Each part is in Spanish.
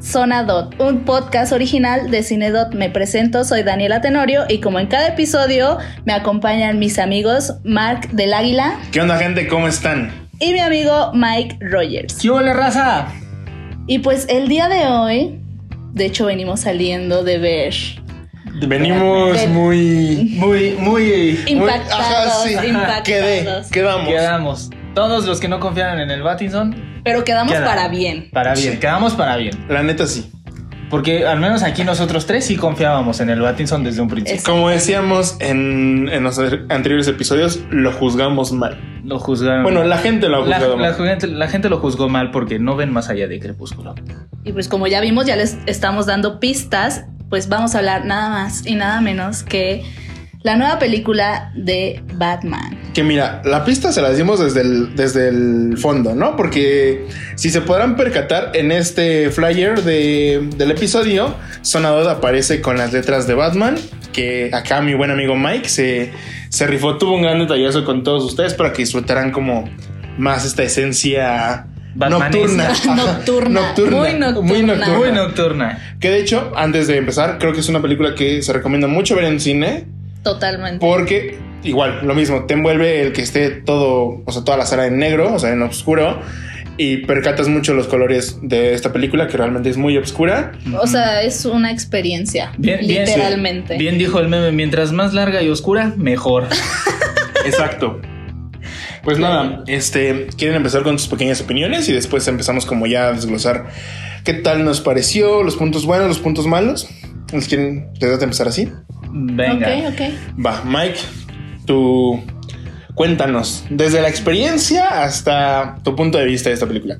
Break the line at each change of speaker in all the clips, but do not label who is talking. Zona Dot, un podcast original de Cinedot. Me presento, soy Daniela Tenorio y como en cada episodio me acompañan mis amigos Mark del Águila
¿Qué onda, gente? ¿Cómo están?
y mi amigo Mike Rogers.
¿Qué huele raza?
Y pues el día de hoy, de hecho venimos saliendo de ver
Venimos muy.
Muy, muy.
impactados,
ajá, sí.
impactados.
Quedé, quedamos.
Quedamos. Todos los que no confiaron en el Batinson,
Pero quedamos
Queda.
para bien.
para bien.
Sí.
Quedamos para bien.
La neta sí.
Porque al menos aquí nosotros tres sí confiábamos en el Batinson desde un principio.
Es-
Como decíamos en, en los anteriores episodios, lo juzgamos mal.
Lo juzgaron.
Bueno, la gente lo ha
la,
juzgado
la
mal.
gente, la gente lo juzgó mal porque no ven más allá de Crepúsculo.
Y pues como ya vimos, ya les estamos dando pistas, pues vamos a hablar nada más y nada menos que la nueva película de Batman.
Que mira, la pista se la dimos desde el, desde el fondo, ¿no? Porque si se podrán percatar en este flyer de- del episodio, Sonador aparece con las letras de Batman. Que acá mi buen amigo Mike se, se rifó, tuvo un gran detallazo con todos ustedes para que disfrutaran como más esta esencia
Batmanista.
nocturna. Ajá,
Nocturna, muy nocturna.
Muy nocturna.
Muy nocturna.
Que de hecho, antes de empezar, creo que es una película que se recomienda mucho ver en cine.
Totalmente.
Porque igual, lo mismo, te envuelve el que esté todo, o sea, toda la sala en negro, o sea, en oscuro. Y percatas mucho los colores de esta película, que realmente es muy oscura.
O sea, es una experiencia,
Bien, bien, sí.
literalmente.
Bien dijo el meme, mientras más larga y oscura, mejor.
Exacto. Pues nada, este, quieren empezar con sus pequeñas opiniones y después empezamos como ya a desglosar qué tal nos pareció, los puntos buenos, los puntos malos. ¿Les quieren, les das a empezar así?
Venga.
Ok, ok.
Va, Mike, tú cuéntanos desde la experiencia hasta tu punto de vista de esta película.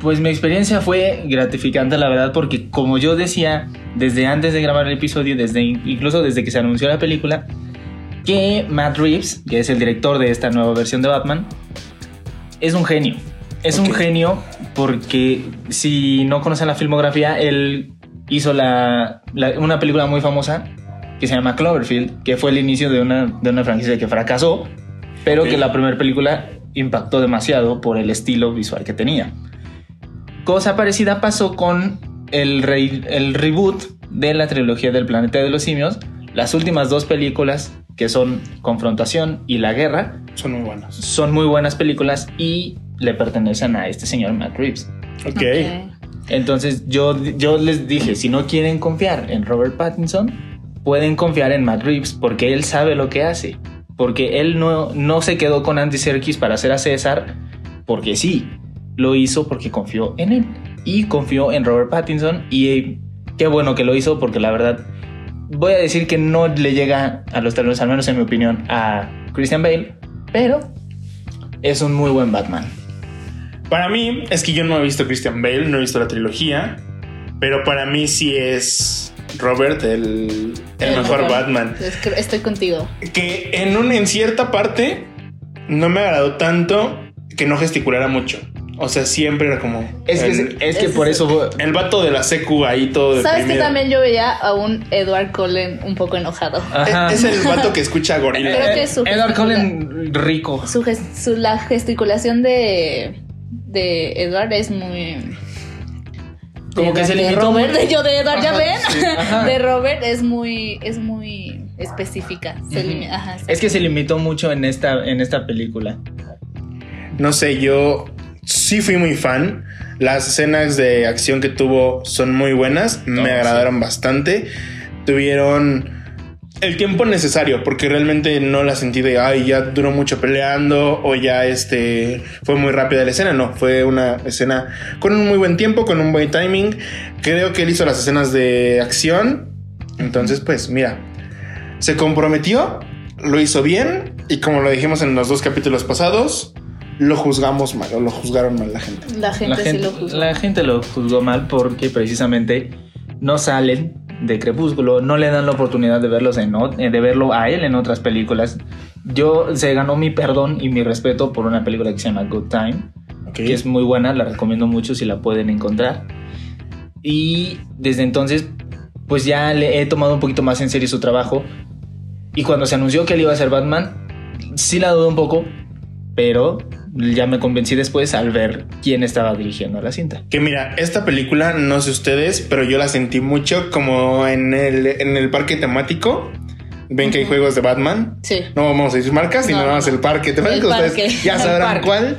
Pues mi experiencia fue gratificante, la verdad, porque como yo decía desde antes de grabar el episodio, desde incluso desde que se anunció la película, que Matt Reeves, que es el director de esta nueva versión de Batman, es un genio. Es un
Ok.
genio porque si no conocen la filmografía, él hizo la, la- una película muy famosa que se llama Cloverfield, que fue el inicio de una, de una franquicia que fracasó, pero
Ok.
que la primera película impactó demasiado por el estilo visual que tenía. Cosa parecida pasó con el, re- el reboot de la trilogía del planeta de los simios. Las últimas dos películas, que son Confrontación y La Guerra,
Son muy buenos.
son muy buenas películas y le pertenecen a este señor Matt Reeves.
Ok.
Ok.
Entonces yo, yo les dije, si no quieren confiar en Robert Pattinson, pueden confiar en Matt Reeves porque él sabe lo que hace. Porque él no, no se quedó con Andy Serkis para hacer a César porque sí. Lo hizo porque confió en él. Y confió en Robert Pattinson y eh, qué bueno que lo hizo porque la verdad voy a decir que no le llega a los talones, al menos en mi opinión, a Christian Bale. Pero es un muy buen Batman.
Para mí es que yo no he visto Christian Bale, no he visto la trilogía, pero para mí sí es Robert el, el mejor Batman.
Es que Estoy contigo.
Que en, un, en cierta parte no me agradó tanto que no gesticulara mucho. O sea, siempre era como...
Es que,
el,
es que
es-
por eso
el e- vato de la secu ahí todo
¿Sabes que
deprimido.
también yo veía a un Edward Cullen un poco enojado?
Ajá.
Es el vato que escucha a Gorila.
Creo que es su
Eh, Edward
gesticulante.
Cullen rico.
Su, ges- su- la gesticulación de, de Edward es muy...
Como
de-
que se
de
limitó
Robert,
muy-
de yo de Edward, ya
Ajá,
ven.
sí, ajá.
de Robert es muy, es muy específica. Se
Ujú.
limi- ajá, sí.
Es que se limitó mucho en esta, en esta película.
No sé, yo sí fui muy fan. Las escenas de acción que tuvo son muy buenas,
No,
me
sí.
agradaron bastante. Tuvieron el tiempo necesario, porque realmente no la sentí de, ay, ya duró mucho peleando o ya este fue muy rápida la escena. No, fue una escena con un muy buen tiempo, con un buen timing. Creo que él hizo las escenas de acción. Entonces, pues mira, se comprometió, lo hizo bien y como lo dijimos en los dos capítulos pasados, lo juzgamos mal o lo juzgaron mal la gente.
la gente
la,
sí
gente,
lo juzga.
la gente lo juzgó mal porque precisamente no salen de Crepúsculo, no le dan la oportunidad de, verlos en, ot- eh, de verlo a él en otras películas. Yo se ganó mi perdón y mi respeto por una película que se llama Good Time. que es muy buena, la recomiendo mucho si la pueden encontrar. Y desde entonces, pues ya le he tomado un poquito más en serio su trabajo. Y cuando se anunció que él iba a ser Batman, sí la dudé un poco, pero ya me convencí después al ver quién estaba dirigiendo la cinta.
Que mira, esta película, no sé ustedes, pero yo la sentí mucho como en el, en el parque temático. Ven que hay juegos de Batman.
Sí.
No vamos a decir marcas, sino
No, no,
nada más
no.
el parque temático.
El
Ustedes
parque.
ya
El
sabrán
parque.
cuál.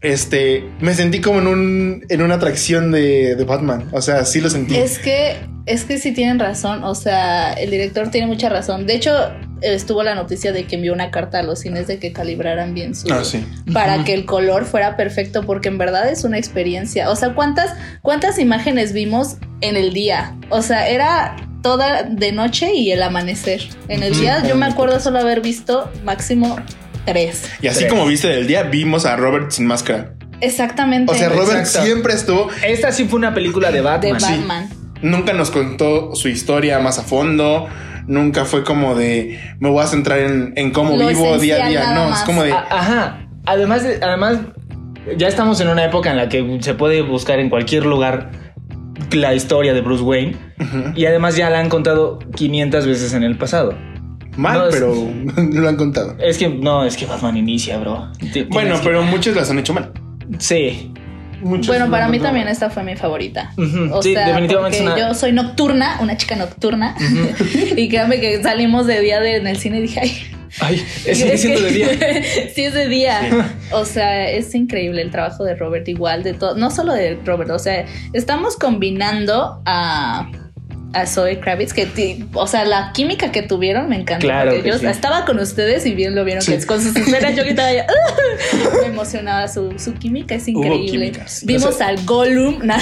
Este, me sentí como en un en una atracción de, de Batman. O sea, sí lo sentí.
Es que, es que sí tienen razón, o sea, el director tiene mucha razón. De hecho, estuvo la noticia de que envió una carta a los cines de que calibraran bien su...
Ah, sí.
Para
Ujú.
que el color fuera perfecto, porque en verdad es una experiencia. O sea, ¿cuántas, cuántas imágenes vimos en el día? O sea, era toda de noche y el amanecer. En el
Ujú.
día yo me acuerdo solo haber visto máximo tres.
Y así
Tres.
como viste del día, vimos a Robert sin máscara.
Exactamente.
O sea, Robert
Exacto.
siempre estuvo.
Esta sí fue una película de
de
Batman. Sí.
Batman.
Nunca nos contó su historia más a fondo. Nunca fue como de me voy a centrar en, en cómo
Lo
vivo día a
esencial
día.
nada
No,
más. Ah.
es como de.
A- Ajá. Además, de- además, ya estamos en una época en la que se puede buscar en cualquier lugar la historia de Bruce Wayne.
ujú,
Y además ya la han contado 500 veces en el pasado.
Mal,
No, es-
pero lo han contado.
Es que no, es que Batman inicia, bro. T-
Bueno,
tienes que-
pero muchos las han hecho mal.
Sí.
Muchos
Bueno,
lo
para
han
mí
contado
también
mal.
esta fue mi favorita.
Ujú,
O
sí,
sea,
definitivamente es
porque
una-
yo soy nocturna, una chica nocturna. y créame que salimos de día de- en el cine y dije, ay,
Ay, es Eh, sigue siendo de día.
sí, es de día. O sea, es increíble el trabajo de Robert, igual de todo. No solo de Robert, o sea, estamos combinando a. A Zoe Kravitz, que, ti- o sea, la química que tuvieron me encantó.
Claro
porque
que
yo
sí.
estaba con ustedes y bien lo vieron, que con sus escenas yo gritaba, yo, "Ah". me emocionaba su, su química, es
Hubo
increíble.
química, sí.
Vimos
O sea,
al Gollum, nada,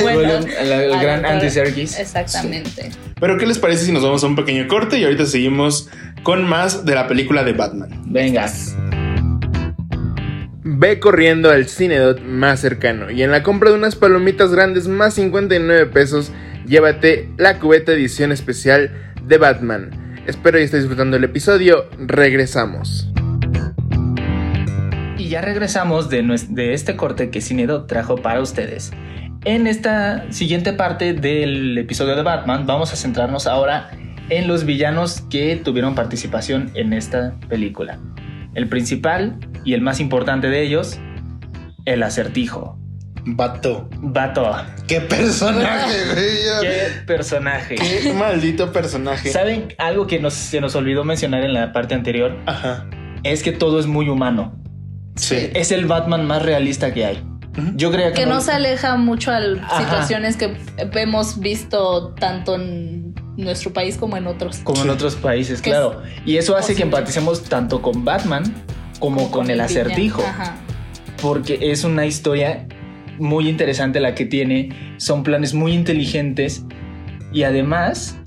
bueno,
Gollum, el, el
al
gran
doctor-
Andy Serkis.
Exactamente.
Pero, ¿qué les parece si nos vamos a un pequeño corte y ahorita seguimos con más de la película de Batman?
Venga.
Ve corriendo al Cinedot más cercano y en la compra de unas palomitas grandes más 59 pesos, llévate la cubeta edición especial de Batman. Espero que estés disfrutando el episodio. Regresamos.
Y ya regresamos de, nues- de este corte que Cinedo trajo para ustedes. En esta siguiente parte del episodio de Batman vamos a centrarnos ahora en los villanos que tuvieron participación en esta película. El principal y el más importante de ellos, el acertijo.
Bato.
Bato,
¡Qué personaje, güey!
qué personaje.
¡Qué maldito personaje!
¿Saben algo que nos, se nos olvidó mencionar en la parte anterior?
Ajá.
Es que todo es muy humano.
Sí.
Es el Batman más realista que hay.
Ujú.
Yo creía que,
Que no se aleja mucho a
Ajá.
situaciones que hemos visto tanto en nuestro país como en otros.
como
Sí.
en otros países,
Que
claro. Y eso hace que
posible.
empaticemos tanto con Batman como, con, el
villano.
acertijo,
Ajá.
porque es una historia muy interesante la que tiene, son planes muy inteligentes y además,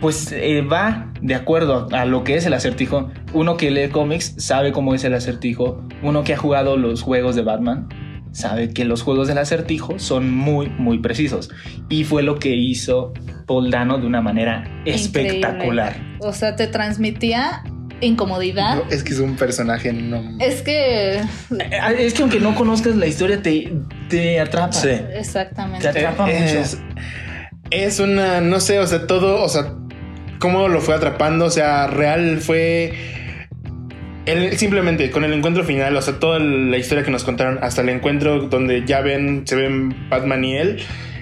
pues eh, va de acuerdo a, a lo que es el acertijo. Uno que lee cómics sabe cómo es el acertijo, uno que ha jugado los juegos de Batman. Sabe que los juegos del acertijo son muy, muy precisos. Y fue lo que hizo Paul Dano de una manera
Increíble.
espectacular.
O sea, te transmitía incomodidad.
No, es que es un personaje no.
Es que.
Ah, Es que aunque no conozcas la historia, te, te atrapa.
Sí.
Exactamente.
Te atrapa
Eh, es, es una, no sé, o sea, todo, o sea, cómo lo fue atrapando, o sea, real fue... el- simplemente con el encuentro final, o sea, toda la historia que nos contaron hasta el encuentro donde ya ven, se ven Batman y él,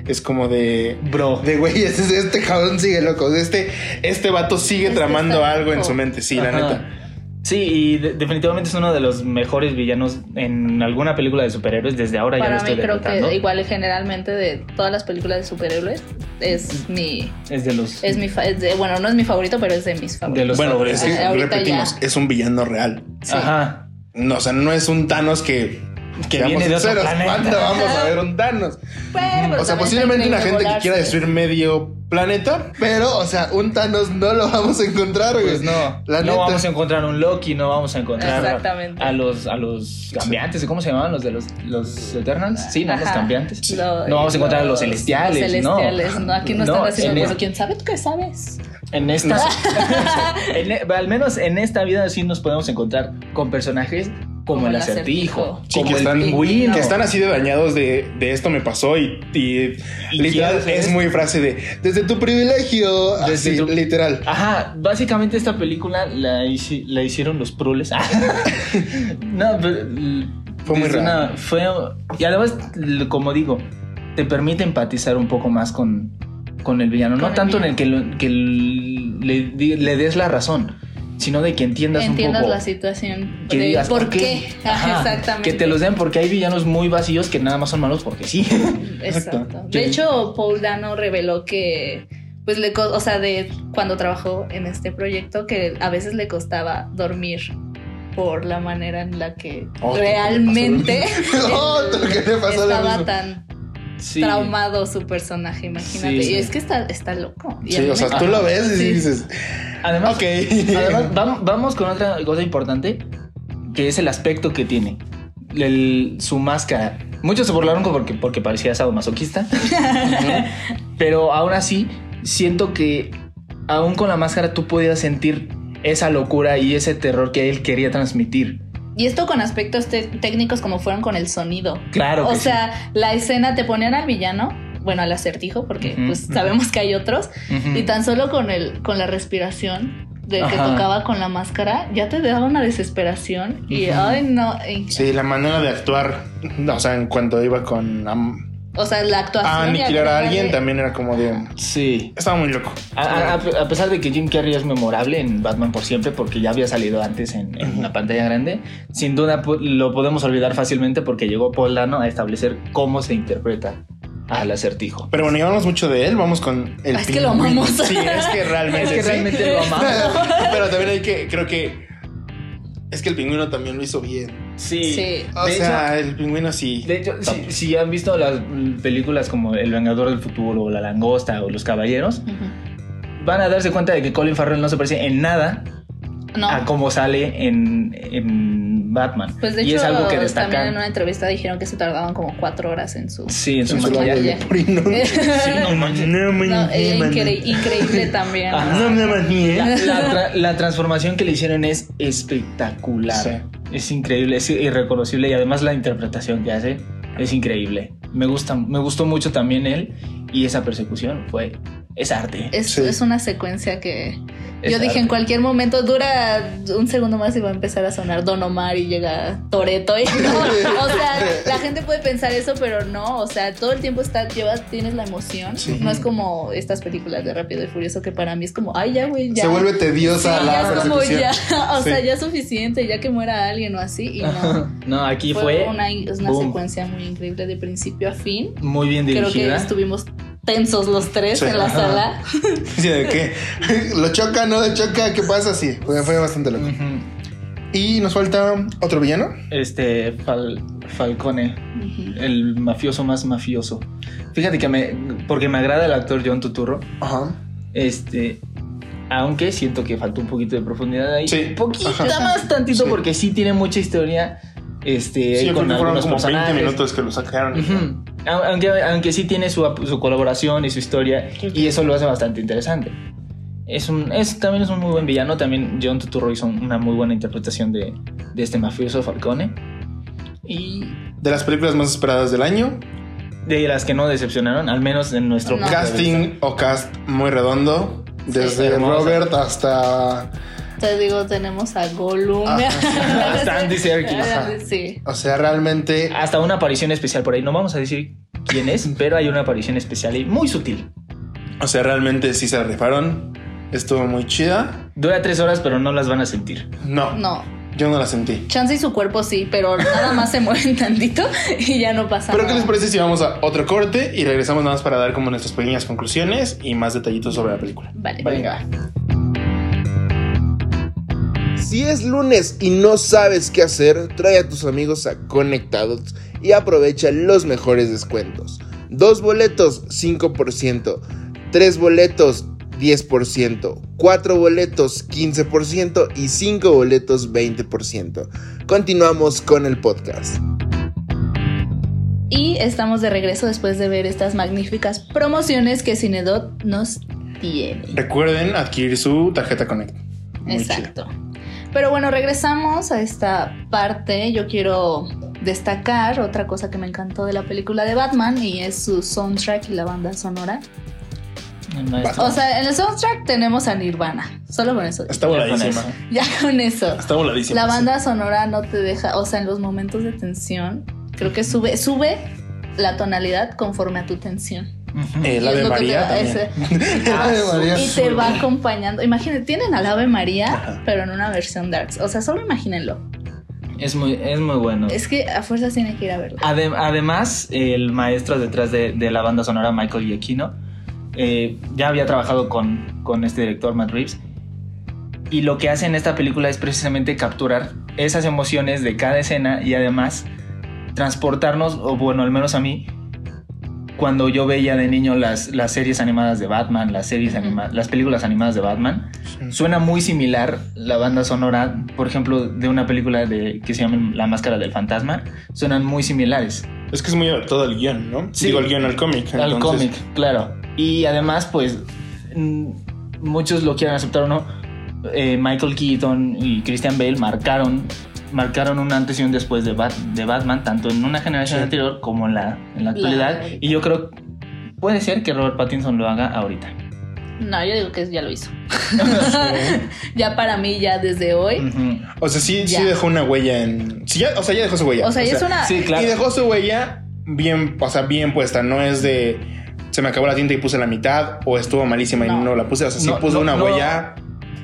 es como de...
mucho. Bro.
De güey, este, este cabrón sigue loco, este, este vato sigue
Este
tramando
está
algo en
loco.
su mente, sí, la
Ajá.
neta.
Sí, y de- definitivamente es uno de los mejores villanos en alguna película de superhéroes. Desde ahora ya
Para
lo estoy
mí, creo
decretando.
que igual generalmente de todas las películas de superhéroes es mi.
Es de los.
Es mi fa- es de- bueno, no es mi favorito, pero es de mis
de
favoritos.
los
Bueno, es que
Ah, ahorita
repetimos, es un villano real.
Sí.
Ajá.
No, o sea, no es un Thanos que...
Que viene de otro
sinceros,
planeta.
¿cuándo vamos a ver un Thanos?
Bueno, pero
O sea,
también
posiblemente
tiene
una gente que
volarse.
quiera destruir medio planeta, pero, o sea, un Thanos no lo vamos a encontrar, güey.
Pues no.
La
no
neta.
vamos a encontrar un Loki, no vamos a encontrar
Exactamente.
a los a los cambiantes, ¿cómo se llamaban los de los, los Eternals? Sí, no, los
Ajá.
cambiantes.
Lo-
no vamos a encontrar a los
los
celestiales, no.
celestiales, no. Aquí no, están haciendo
en
bueno,
es-
¿Quién sabe? ¿Tú qué sabes?
En esta, en e- al menos en esta vida sí nos podemos encontrar con personajes como, el acertijo,
Sí,
como
que
el
están-
pingüino.
Que están así de dañados de, de esto me pasó y, y
¿Y
literal
quién hace
es
esto?
muy frase de desde tu privilegio,
Desde
así,
tu-
literal.
Ajá, básicamente esta película la, hici- la hicieron los prules. no, pero,
Fue muy
desde
raro.
una- fue- y además, l- como digo, te permite empatizar un poco más con, con el villano.
Con
no
el
tanto en el que, lo- que l- le, di- le des la razón, sino de que entiendas
Entiendas
un poco.
la situación.
que
de
digas,
¿Por qué? Ajá,
Ajá,
exactamente.
Que te los den porque hay villanos muy vacíos que nada más son malos porque sí.
Exacto.
Que-
De hecho, Paul Dano reveló que, pues, le, co- o sea, de cuando trabajó en este proyecto, que a veces le costaba dormir por la manera en la que
Otro que le pasó lo
realmente
mismo. Otro que le pasó lo
estaba
mismo.
tan
Sí.
traumado su personaje, imagínate.
Sí, sí.
Y es que está, está loco. Y a
Sí,
mí
o sea,
me-
tú lo ves y
Sí.
dices,
Además,
ok.
Además, vam- vamos, con otra cosa importante, que es el aspecto que tiene. El- su máscara. Muchos se burlaron con- porque, porque parecía sadomasoquista. Pero aún así, siento que aún con la máscara tú podías sentir esa locura y ese terror que él quería transmitir.
Y esto con aspectos te- técnicos como fueron con el sonido.
Claro.
O
que sí.
sea, la escena te ponían al villano, bueno, al acertijo, porque
Ujú,
pues
ujú.
sabemos que hay otros,
Ujú.
y tan solo con el, con la respiración de que
Ajá.
tocaba con la máscara, ya te daba una desesperación y
Ujú.
ay no, y-
Sí, la manera de actuar. O sea, en cuanto iba con am-
o sea, la
a,
Ah,
actuación Pues, y
aniquilar a
agregarle-
alguien, también era como de.
Sí.
Estaba muy loco.
A, a- a- a pesar de que Jim Carrey es memorable en Batman por siempre, porque ya había salido antes en, en una pantalla grande, sin duda po- lo podemos olvidar fácilmente porque llegó Paul Dano a establecer cómo se interpreta al acertijo.
Pero bueno, llevamos mucho de él, vamos con el
Es que lo
pingüino.
amamos.
Sí, es que realmente.
Es que
sí.
realmente lo amamos.
Pero también hay que, creo que. Es que el pingüino también lo hizo bien.
Sí.
Sí.
O
de
sea, el pingüino sí.
hecho, de hecho, si, si han visto las mm, películas como El Vengador del Futuro o La Langosta o Los Caballeros,
Ujú.
van a darse cuenta de que Colin Farrell no se parece en nada
No.
a cómo sale en, en Batman.
Pues de
y
hecho,
es algo que destacan.
también en una entrevista dijeron que se tardaban como cuatro horas en su...
Sí, en su
Sí, se lo
maquillaje.
hago de purino.
no manches.
No, me
No, eh,
mames.
incre- increíble también.
Ajá.
No me mames.
La, la tra- la transformación que le hicieron es espectacular. Es increíble, es irreconocible y además la interpretación que hace es increíble. Me gusta, me gustó mucho también él y esa persecución fue es arte.
Es,
Sí.
es una secuencia que
Es
Eh, yo dije
arte.
en cualquier momento dura un segundo más y va a empezar a sonar Don Omar y llega Toreto y no, o sea, la gente puede pensar eso, pero no, o sea, todo el tiempo está llevas tienes la emoción,
Sí.
no es como estas películas de Rápido y Furioso que para mí es como, ay ya güey, ya.
Se vuelve tediosa
Sí,
la
ya es como
persecución.
ya, o sea,
Sí.
ya es suficiente, ya que muera alguien o así y no.
No, aquí fue,
una, es una
boom.
secuencia muy increíble de principio a fin.
muy bien
Creo que
dirigida.
estuvimos tensos los tres
Sí.
en la
Ajá.
sala.
Sí, ¿de qué? ¿Lo choca? ¿No lo choca? ¿Qué pasa? Sí, fue fue bastante loco.
Ujú.
Y nos falta otro villano.
Este Fal- Falcone,
Ujú.
el mafioso más mafioso. Fíjate que me porque me agrada el actor John Tuturro.
Ajá.
Este. Aunque siento que faltó un poquito de profundidad ahí.
Sí.
Poquita
Ajá.
más tantito,
Sí.
porque sí tiene mucha historia. Este.
Sí, yo creo
con
que fueron
algunos
como
personajes.
20 minutos que lo sacaron.
Ujú. Au- Aunque, aunque sí tiene su, ap- su colaboración y su historia. Y eso lo hace bastante interesante. Es un, es, también es un muy buen villano. También John Turturro hizo una muy buena interpretación de, de este mafioso Falcone. Y
De las películas más esperadas del año,
de las que no decepcionaron, al menos en nuestro
No.
punto de vista.
casting o cast muy redondo. Desde
hermosa.
Robert hasta.
Te digo, tenemos a Gollum.
Ajá.
Hasta Andy Serkis.
Ajá. Sí.
O sea, realmente.
hasta una aparición especial por ahí. No vamos a decir quién es, pero hay una aparición especial y muy sutil.
O sea, realmente sí se rifaron. Estuvo muy chida.
Dura tres horas, pero no las van a sentir.
No,
No.
yo no la sentí.
Chance y su cuerpo sí, pero nada más se mueven tantito y ya no pasa
Pero ¿qué
nada.
les parece si vamos a otro corte y regresamos nada más para dar como nuestras pequeñas conclusiones y más detallitos sobre la película?
Vale.
Venga.
Si es lunes y no sabes qué hacer, trae a tus amigos a Conectados y aprovecha los mejores descuentos. Dos boletos, 5%. Tres boletos, 10%. Cuatro boletos, 15%. Y cinco boletos, 20%. Continuamos con el podcast.
Y estamos de regreso después de ver estas magníficas promociones que Cinedot nos tiene.
Recuerden adquirir su tarjeta Connect. Muy chida.
Exacto. Pero bueno, regresamos a esta parte. Yo quiero destacar otra cosa que me encantó de la película de Batman y es su soundtrack y la banda sonora.
El maestro.
O sea, en el soundtrack tenemos a Nirvana. Solo con eso.
Está
Ya con
voladísima.
eso.
Ya con eso.
Está voladísima.
La
sí.
banda sonora no te deja, o sea, en los momentos de tensión, creo que sube, sube la tonalidad conforme a tu tensión.
Ujú.
Eh, la
Y es lo que
de
te
María
va-
también.
ese-
Ah, su-
y te va acompañando. Imagínate, tienen al Ave María, pero en una versión darks. O sea, solo imagínenlo.
Es muy, es muy bueno.
Es que a fuerzas tiene que ir a verlo.
Adem- además, el maestro detrás de, de la banda sonora, Michael Giacchino, eh, ya había trabajado con, con este director, Matt Reeves. Y lo que hace en esta película es precisamente capturar esas emociones de cada escena y además transportarnos, o bueno, al menos a mí, cuando yo veía de niño las, las series animadas de Batman, las, series
Ujú.
anima- las películas animadas de Batman,
Sí.
suena muy similar la banda sonora, por ejemplo, de una película de, que se llama La Máscara del Fantasma, suenan muy similares
Es que es muy adaptado al guión, ¿no?
Sí.
Digo al guión, al cómic.
al
entonces-
cómic, claro. Y además, pues, mm, muchos lo quieran aceptar o no, eh, Michael Keaton y Christian Bale marcaron, marcaron un antes y un después de, Bat- de Batman, tanto en una generación
Sí.
anterior como en la, en la actualidad.
ahorita.
y yo creo, puede ser que Robert Pattinson lo haga ahorita.
No, yo digo que ya lo hizo. ya para mí, ya desde hoy.
Ujú.
O sea, sí, sí
Ya.
dejó una huella en. sí, ya- o sea, ya dejó su huella.
O sea, ya es una.
Sí, claro.
Y dejó su huella bien, o sea, bien puesta. No es de se me acabó la tinta y puse la mitad o estuvo malísima
No.
y no la puse. O sea, sí
No,
puso
no,
una
no.
huella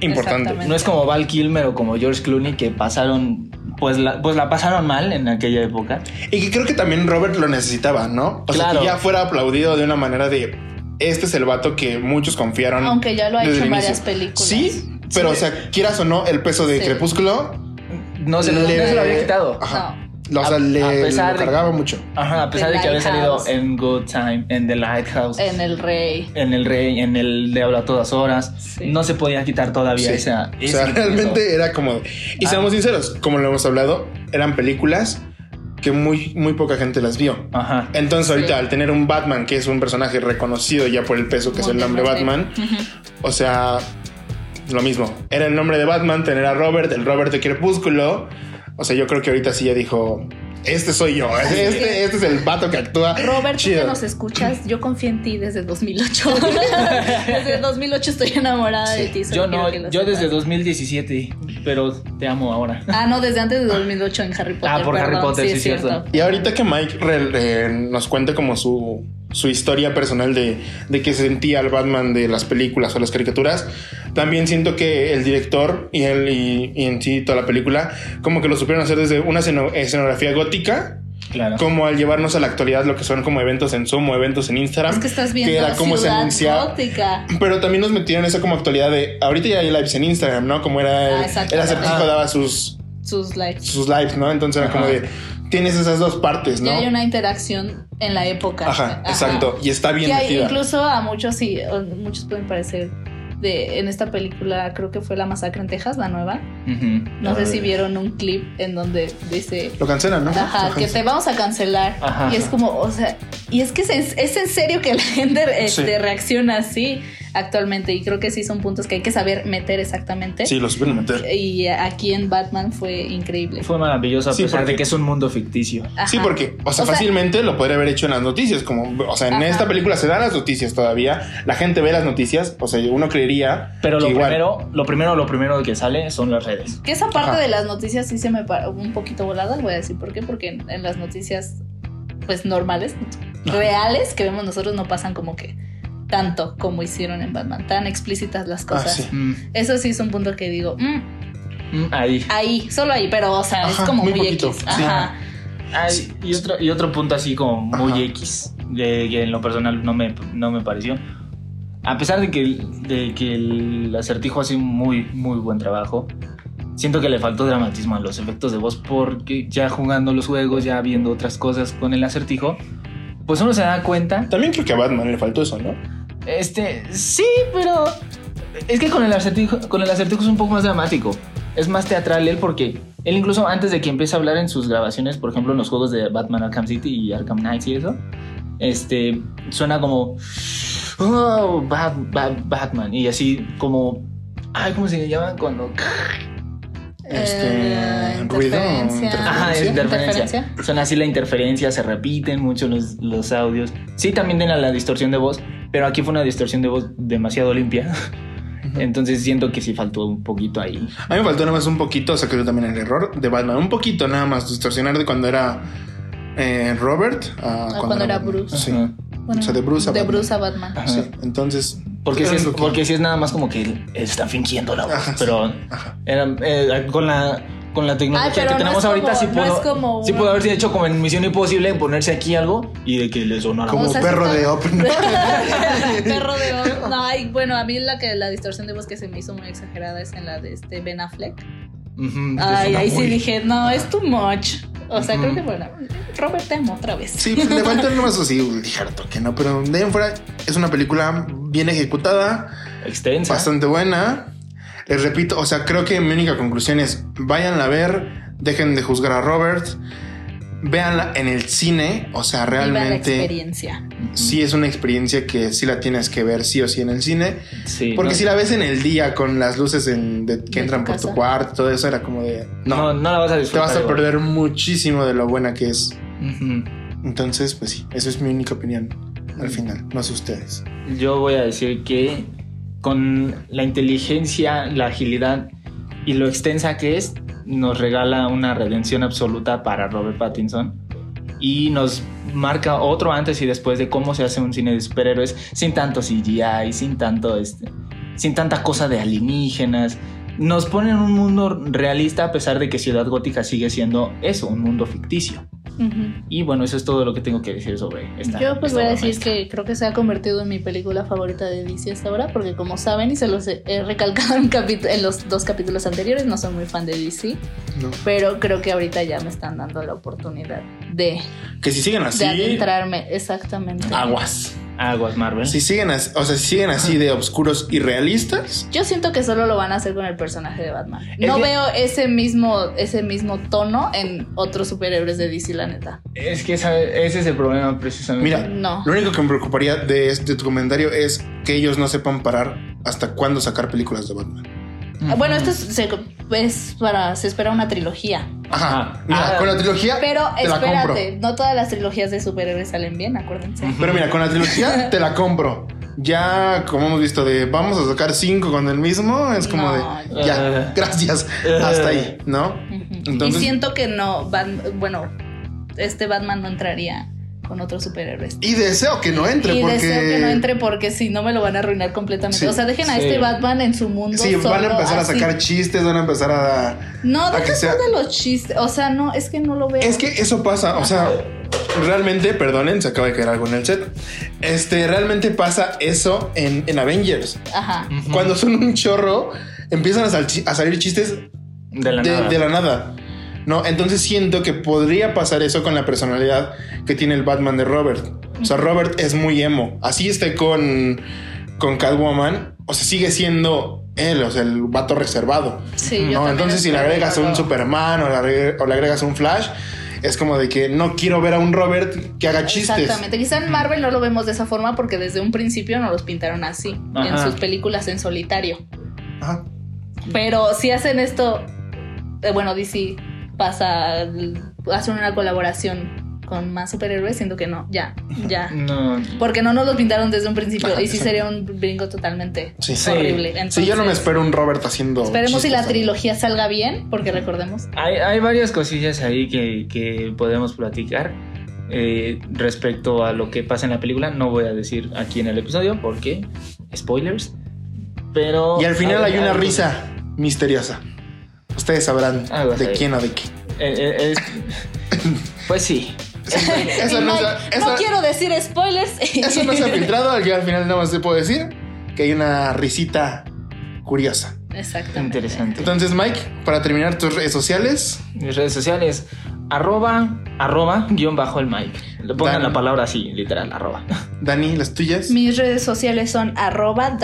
importante.
Exactamente.
No es como Val Kilmer o como George Clooney que pasaron, pues la, pues la pasaron mal en aquella época.
Y que creo que también Robert lo necesitaba, ¿no? O sea,
Claro.
que ya fuera aplaudido de una manera de este es el vato que muchos confiaron.
Aunque ya lo ha
desde
hecho en
el inicio".
varias películas.
Sí, pero o sea, quieras o no, el peso de
Sí.
Crepúsculo,
No se, lo-
Le-
no se lo había quitado.
ajá,
No.
lo- o
A-
sea, le
a pesar
lo
de-
cargaba mucho.
Ajá, a pesar
The
de que había salido
Lighthouse.
en Good Time, en The Lighthouse,
En el rey.
en El Rey, en El Diablo a todas horas,
Sí.
no se podía quitar todavía
Sí.
esa.
o sea,
ese
realmente
peso.
era como. Y
Ah.
seamos sinceros, como lo hemos hablado, eran películas que muy, muy poca gente las vio.
Ajá.
Entonces, ahorita
Sí.
al tener un Batman que es un personaje reconocido ya por el peso que es el nombre Batman, o sea, lo mismo. Era el nombre de Batman, tener a Robert, el Robert de Crepúsculo. O sea, yo creo que ahorita sí ya dijo: Este soy yo, este, este es el vato que actúa.
Robert, tú que
chido".
nos escuchas, yo confío en ti desde 2008. desde 2008 estoy enamorada de
Sí.
ti. solo
Yo
quiero
no,
que lo
yo desde
sepas.
2017, pero te amo ahora.
Ah, no, desde antes de 2008 en Harry Potter.
Ah, por Harry
perdón,
Potter, sí,
es
cierto.
Y ahorita que Mike re- eh, nos cuente como su, su historia personal de, de que sentía al Batman de las películas o las caricaturas, también siento que el director y él y, y en sí toda la película como que lo supieron hacer desde una esceno- escenografía gótica.
Claro.
Como al llevarnos a la actualidad lo que son como eventos en Zoom o eventos en Instagram.
Es que estás viendo
era cómo se
Ciudad
anunciaba.
Gótica.
Pero también nos metieron esa como actualidad de ahorita ya hay lives en Instagram, ¿no? Como era el,
Ah, exacto.
el acertijo
Ajá.
daba sus,
Sus likes.
sus lives, ¿no? Entonces era como
Ajá.
de tienes esas dos partes, ¿no?
Ya hay una interacción en la época.
Ajá, exacto. Y está bien
Que hay-
metida.
incluso a muchos sí, o- muchos pueden parecer de en esta película creo que fue la masacre en Texas, la nueva.
Ujú.
No sé
Ay.
si vieron un clip en donde dice
Lo cancelan, ¿no?
Ajá,
Lo
que te
cancelan.
vamos a cancelar.
Ajá.
Y es como, o sea, y es que es, en- es en serio que la gente este,
Sí.
reacciona así actualmente. Y creo que sí son puntos que hay que saber meter exactamente.
Sí, lo supieron meter.
Y aquí en Batman fue increíble.
Fue maravilloso a
Sí,
pesar
porque-
de que es un mundo ficticio.
Ajá.
Sí, porque, o sea,
O sea-
fácilmente lo podría haber hecho en las noticias, como, o sea, en
Ajá.
esta película se dan las noticias todavía, la gente ve las noticias, o sea, uno creería
Pero
que
lo
igual,
primero, lo primero, lo primero que sale son las redes.
Que esa parte
Ajá.
de las noticias sí se me paró un poquito volada, voy a decir por qué, porque en, en las noticias pues normales, reales que vemos nosotros no pasan como que tanto como hicieron en Batman, tan explícitas las cosas.
Ah, sí.
Mm,
Eso sí es un punto que digo, "Mm,
mm, ahí.
ahí, solo ahí, pero o sea,
Ajá,
es como
muy
muy,
poquito,
X.
sí.
Ajá.
Ay,
Sí.
y, otro, y otro punto así como muy
Ajá.
X, de, que en lo personal no me, no me pareció. A pesar de que, de que el acertijo hace muy, muy buen trabajo, siento que le faltó dramatismo a los efectos de voz porque ya jugando los juegos, ya viendo otras cosas con el acertijo, pues uno se da cuenta.
También creo que a Batman le faltó eso, ¿no?
Este, sí, pero es que con el acertijo, con el acertijo es un poco más dramático. Es más teatral él porque él incluso antes de que empiece a hablar en sus grabaciones, por ejemplo en los juegos de Batman Arkham City y Arkham Knights y eso, este, suena como "Oh, Bat- Bat- Batman y así como, ay, ¿cómo se le llama cuando?
Este,
Eh,
ruido,
Ajá, es
¿Interferencia?
interferencia. Son así la interferencia, se repiten mucho los, los audios. Sí, también tiene la distorsión de voz, Pero aquí fue una distorsión de voz demasiado limpia. Entonces siento que sí faltó un poquito ahí.
A mí me faltó nada más un poquito, o sea, creo también el error de Batman. Un poquito nada más, distorsionar de cuando era eh, Robert a
Ah, cuando era
Batman.
Bruce.
Sí.
Ajá.
Bueno,
O sea, de Bruce a
de
Batman.
Bruce a Batman.
Ajá.
Sí, entonces.
Porque si,
era
es,
lo que-
porque si es nada más como que él está fingiendo la voz.
Ajá, sí.
pero era, eh, con la con la
Ah,
tecnología
pero
que
no
tenemos
es
ahorita
como-
sí
no
puedo,
es como
sí
un-
pudo haberse hecho como en Misión Imposible ponerse aquí algo y de que le sonó la
Como
O
voz.
sea, sí
perro
está-
de Open.
Perro de oro. No, ay, bueno, a mí la que la distorsión de voz que se me hizo muy exagerada es en la de este Ben Affleck.
Ujú, que
Ay,
suena
ahí sí
muy-
dije, no, es too much. O sea,
Ujú.
creo que bueno, Robert Temo otra vez.
Sí, pues, le falta nomás así un ligero toque, ¿no? Pero de ahí en fuera es una película bien ejecutada,
Extensa.
bastante buena. Les repito, o sea, creo que mi única conclusión es váyanla a ver, dejen de juzgar a Robert, véanla en el cine, o sea,
Viva la
realmente
experiencia.
sí es una experiencia que sí la tienes que ver sí o sí en el cine,
Sí,
porque
no-
si la ves en el día con las luces en- de-
De
que
tu
entran por tu
casa.
cuarto, todo eso era como de
no, no la vas a
te
disfrutar.
vas a
igual.
perder muchísimo de lo buena que es.
Ujú.
Entonces, pues sí, eso es mi única opinión al final, no sé ustedes.
Yo voy a decir que con la inteligencia, la agilidad y lo extensa que es, nos regala una redención absoluta para Robert Pattinson y nos marca otro antes y después de cómo se hace un cine de superhéroes sin tanto CGI, sin tanto este, sin tanta cosa de alienígenas. Nos pone en un mundo realista a pesar de que Ciudad Gótica sigue siendo eso, un mundo ficticio.
Ujú.
Y bueno, eso es todo lo que tengo que decir sobre esta.
Yo pues
esta
voy a
obra
decir
maestra.
que creo que se ha convertido en mi película favorita de DC hasta ahora, porque como saben y se los he he recalcado en, capi- en los dos capítulos anteriores, no soy muy fan de DC,
No.
pero creo que ahorita ya me están dando la oportunidad de,
Que si siguen
de
así, Ah,
adentrarme exactamente.
aguas.
Aguas Marvel.
Si siguen así, o sea, si siguen así de obscuros y realistas,
Yo siento que solo lo van a hacer con el personaje de Batman.
Es
No
que-
veo ese mismo, ese mismo tono en otros superhéroes de DC, la neta.
Es que esa- ese es el problema precisamente.
mira,
No.
lo único que me preocuparía de, este, de tu comentario es que ellos no sepan parar hasta cuándo sacar películas de Batman.
Ah, Bueno, esto es, se, es para. Se espera una trilogía.
Ajá,
Ajá.
mira,
Ah.
con la trilogía
Pero
te la compro.
espérate, no todas las trilogías de superhéroes salen bien, acuérdense.
Pero mira, con la trilogía te la compro. Ya, como hemos visto, de vamos a sacar cinco con el mismo, es como
No,
de ya,
Eh.
gracias, hasta ahí, ¿no?
Ujú.
Entonces-
y siento que no. Bat- bueno, este Batman no entraría con otros superhéroes.
Y deseo que no entre,
y
porque.
deseo que no entre porque si no me lo van a arruinar completamente.
Sí.
o sea, dejen a
Sí.
este Batman en su mundo.
Sí, van a
solo,
empezar a
así.
sacar chistes, van a empezar a.
No,
a que
deja
sea-
tú de los chistes. O sea, no, es que no lo veo.
Es que eso pasa, o sea, realmente, perdonen, se acaba de caer algo en el set. Este, realmente pasa eso en, en Avengers.
Ajá.
Ujú.
Cuando son un chorro, empiezan a, sal- a salir chistes
de la
de,
nada.
de la nada. No, entonces siento que podría pasar eso con la personalidad que tiene el Batman de Robert. O sea, Robert es muy emo. Así esté con, con Catwoman. O sea, sigue siendo él, o sea, el vato reservado.
Sí, yo
No,
también
entonces si le
espero
agregas
que no
un
lo-
Superman o le, agre- o le agregas un Flash, es como de que no quiero ver a un Robert que haga chistes.
Exactamente. Quizá en Marvel no lo vemos de esa forma porque desde un principio no los pintaron así en
Ajá.
sus películas en solitario.
Ajá.
Pero si hacen esto, eh, bueno, DC pasa, hacen una colaboración con más superhéroes, siento que no, ya, ya.
Mm.
No.
Porque no nos los pintaron desde un principio
Ajá,
y sí
exacto.
sería un brinco totalmente
Ah, Sí.
Sí.
horrible.
Sí, yo no me
Entonces,
espero un Robert haciendo.
Esperemos si
chistes,
la
¿sabes?
trilogía salga bien, porque recordemos.
Hay, hay varias cosillas ahí que, que podemos platicar eh, respecto a lo que pasa en la película. No voy a decir aquí en el episodio porque spoilers. Pero
Y al final
hay-
hay una
hay-
risa misteriosa. Ustedes sabrán
Algo
de
así.
quién o de qué.
Eh, eh, es- pues sí.
Eso
Y
no,
Mike,
se-
no
eso-
quiero decir spoilers.
eso no se ha filtrado. Yo al final nada más te puedo decir que hay una risita curiosa.
Exactamente.
Interesante.
Entonces, Mike, para terminar tus redes sociales,
Mis redes sociales. Arroba, arroba, guión bajo el mic. Le pongan
Dan-
la palabra así, literal, arroba.
Dani, las tuyas.
Mis redes sociales son arroba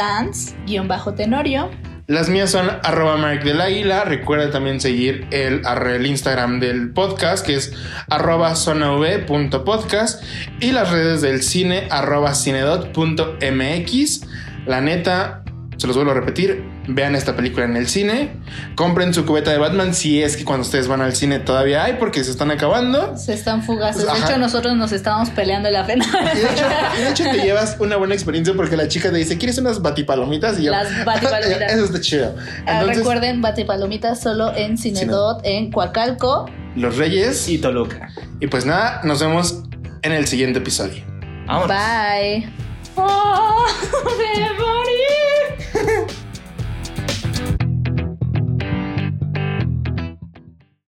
dance-tenorio.
Las mías son arroba Mark del Águila. Recuerda también seguir el, arre- el Instagram del podcast, que es arroba zonav.podcast. Y las redes del cine, arroba cinedot.mx. La neta, se los vuelvo a repetir, vean esta película en el cine, compren su cubeta de Batman si es que cuando ustedes van al cine todavía hay porque se están acabando.
Se están fugaces.
Pues, Ajá.
De hecho, nosotros nos estábamos peleando en la pena.
Y de hecho, y de hecho te llevas una buena experiencia porque la chica te dice, ¿quieres unas batipalomitas? Y yo, "Eh,
Las batipalomitas.
Eso está chido. Entonces,
Ah, Recuerden, Bate Palomitas solo en Cinedot, en Coacalco.
los reyes.
Y Toluca.
Y pues nada, nos vemos en el siguiente episodio.
Vámonos.
Bye. Oh, me morí.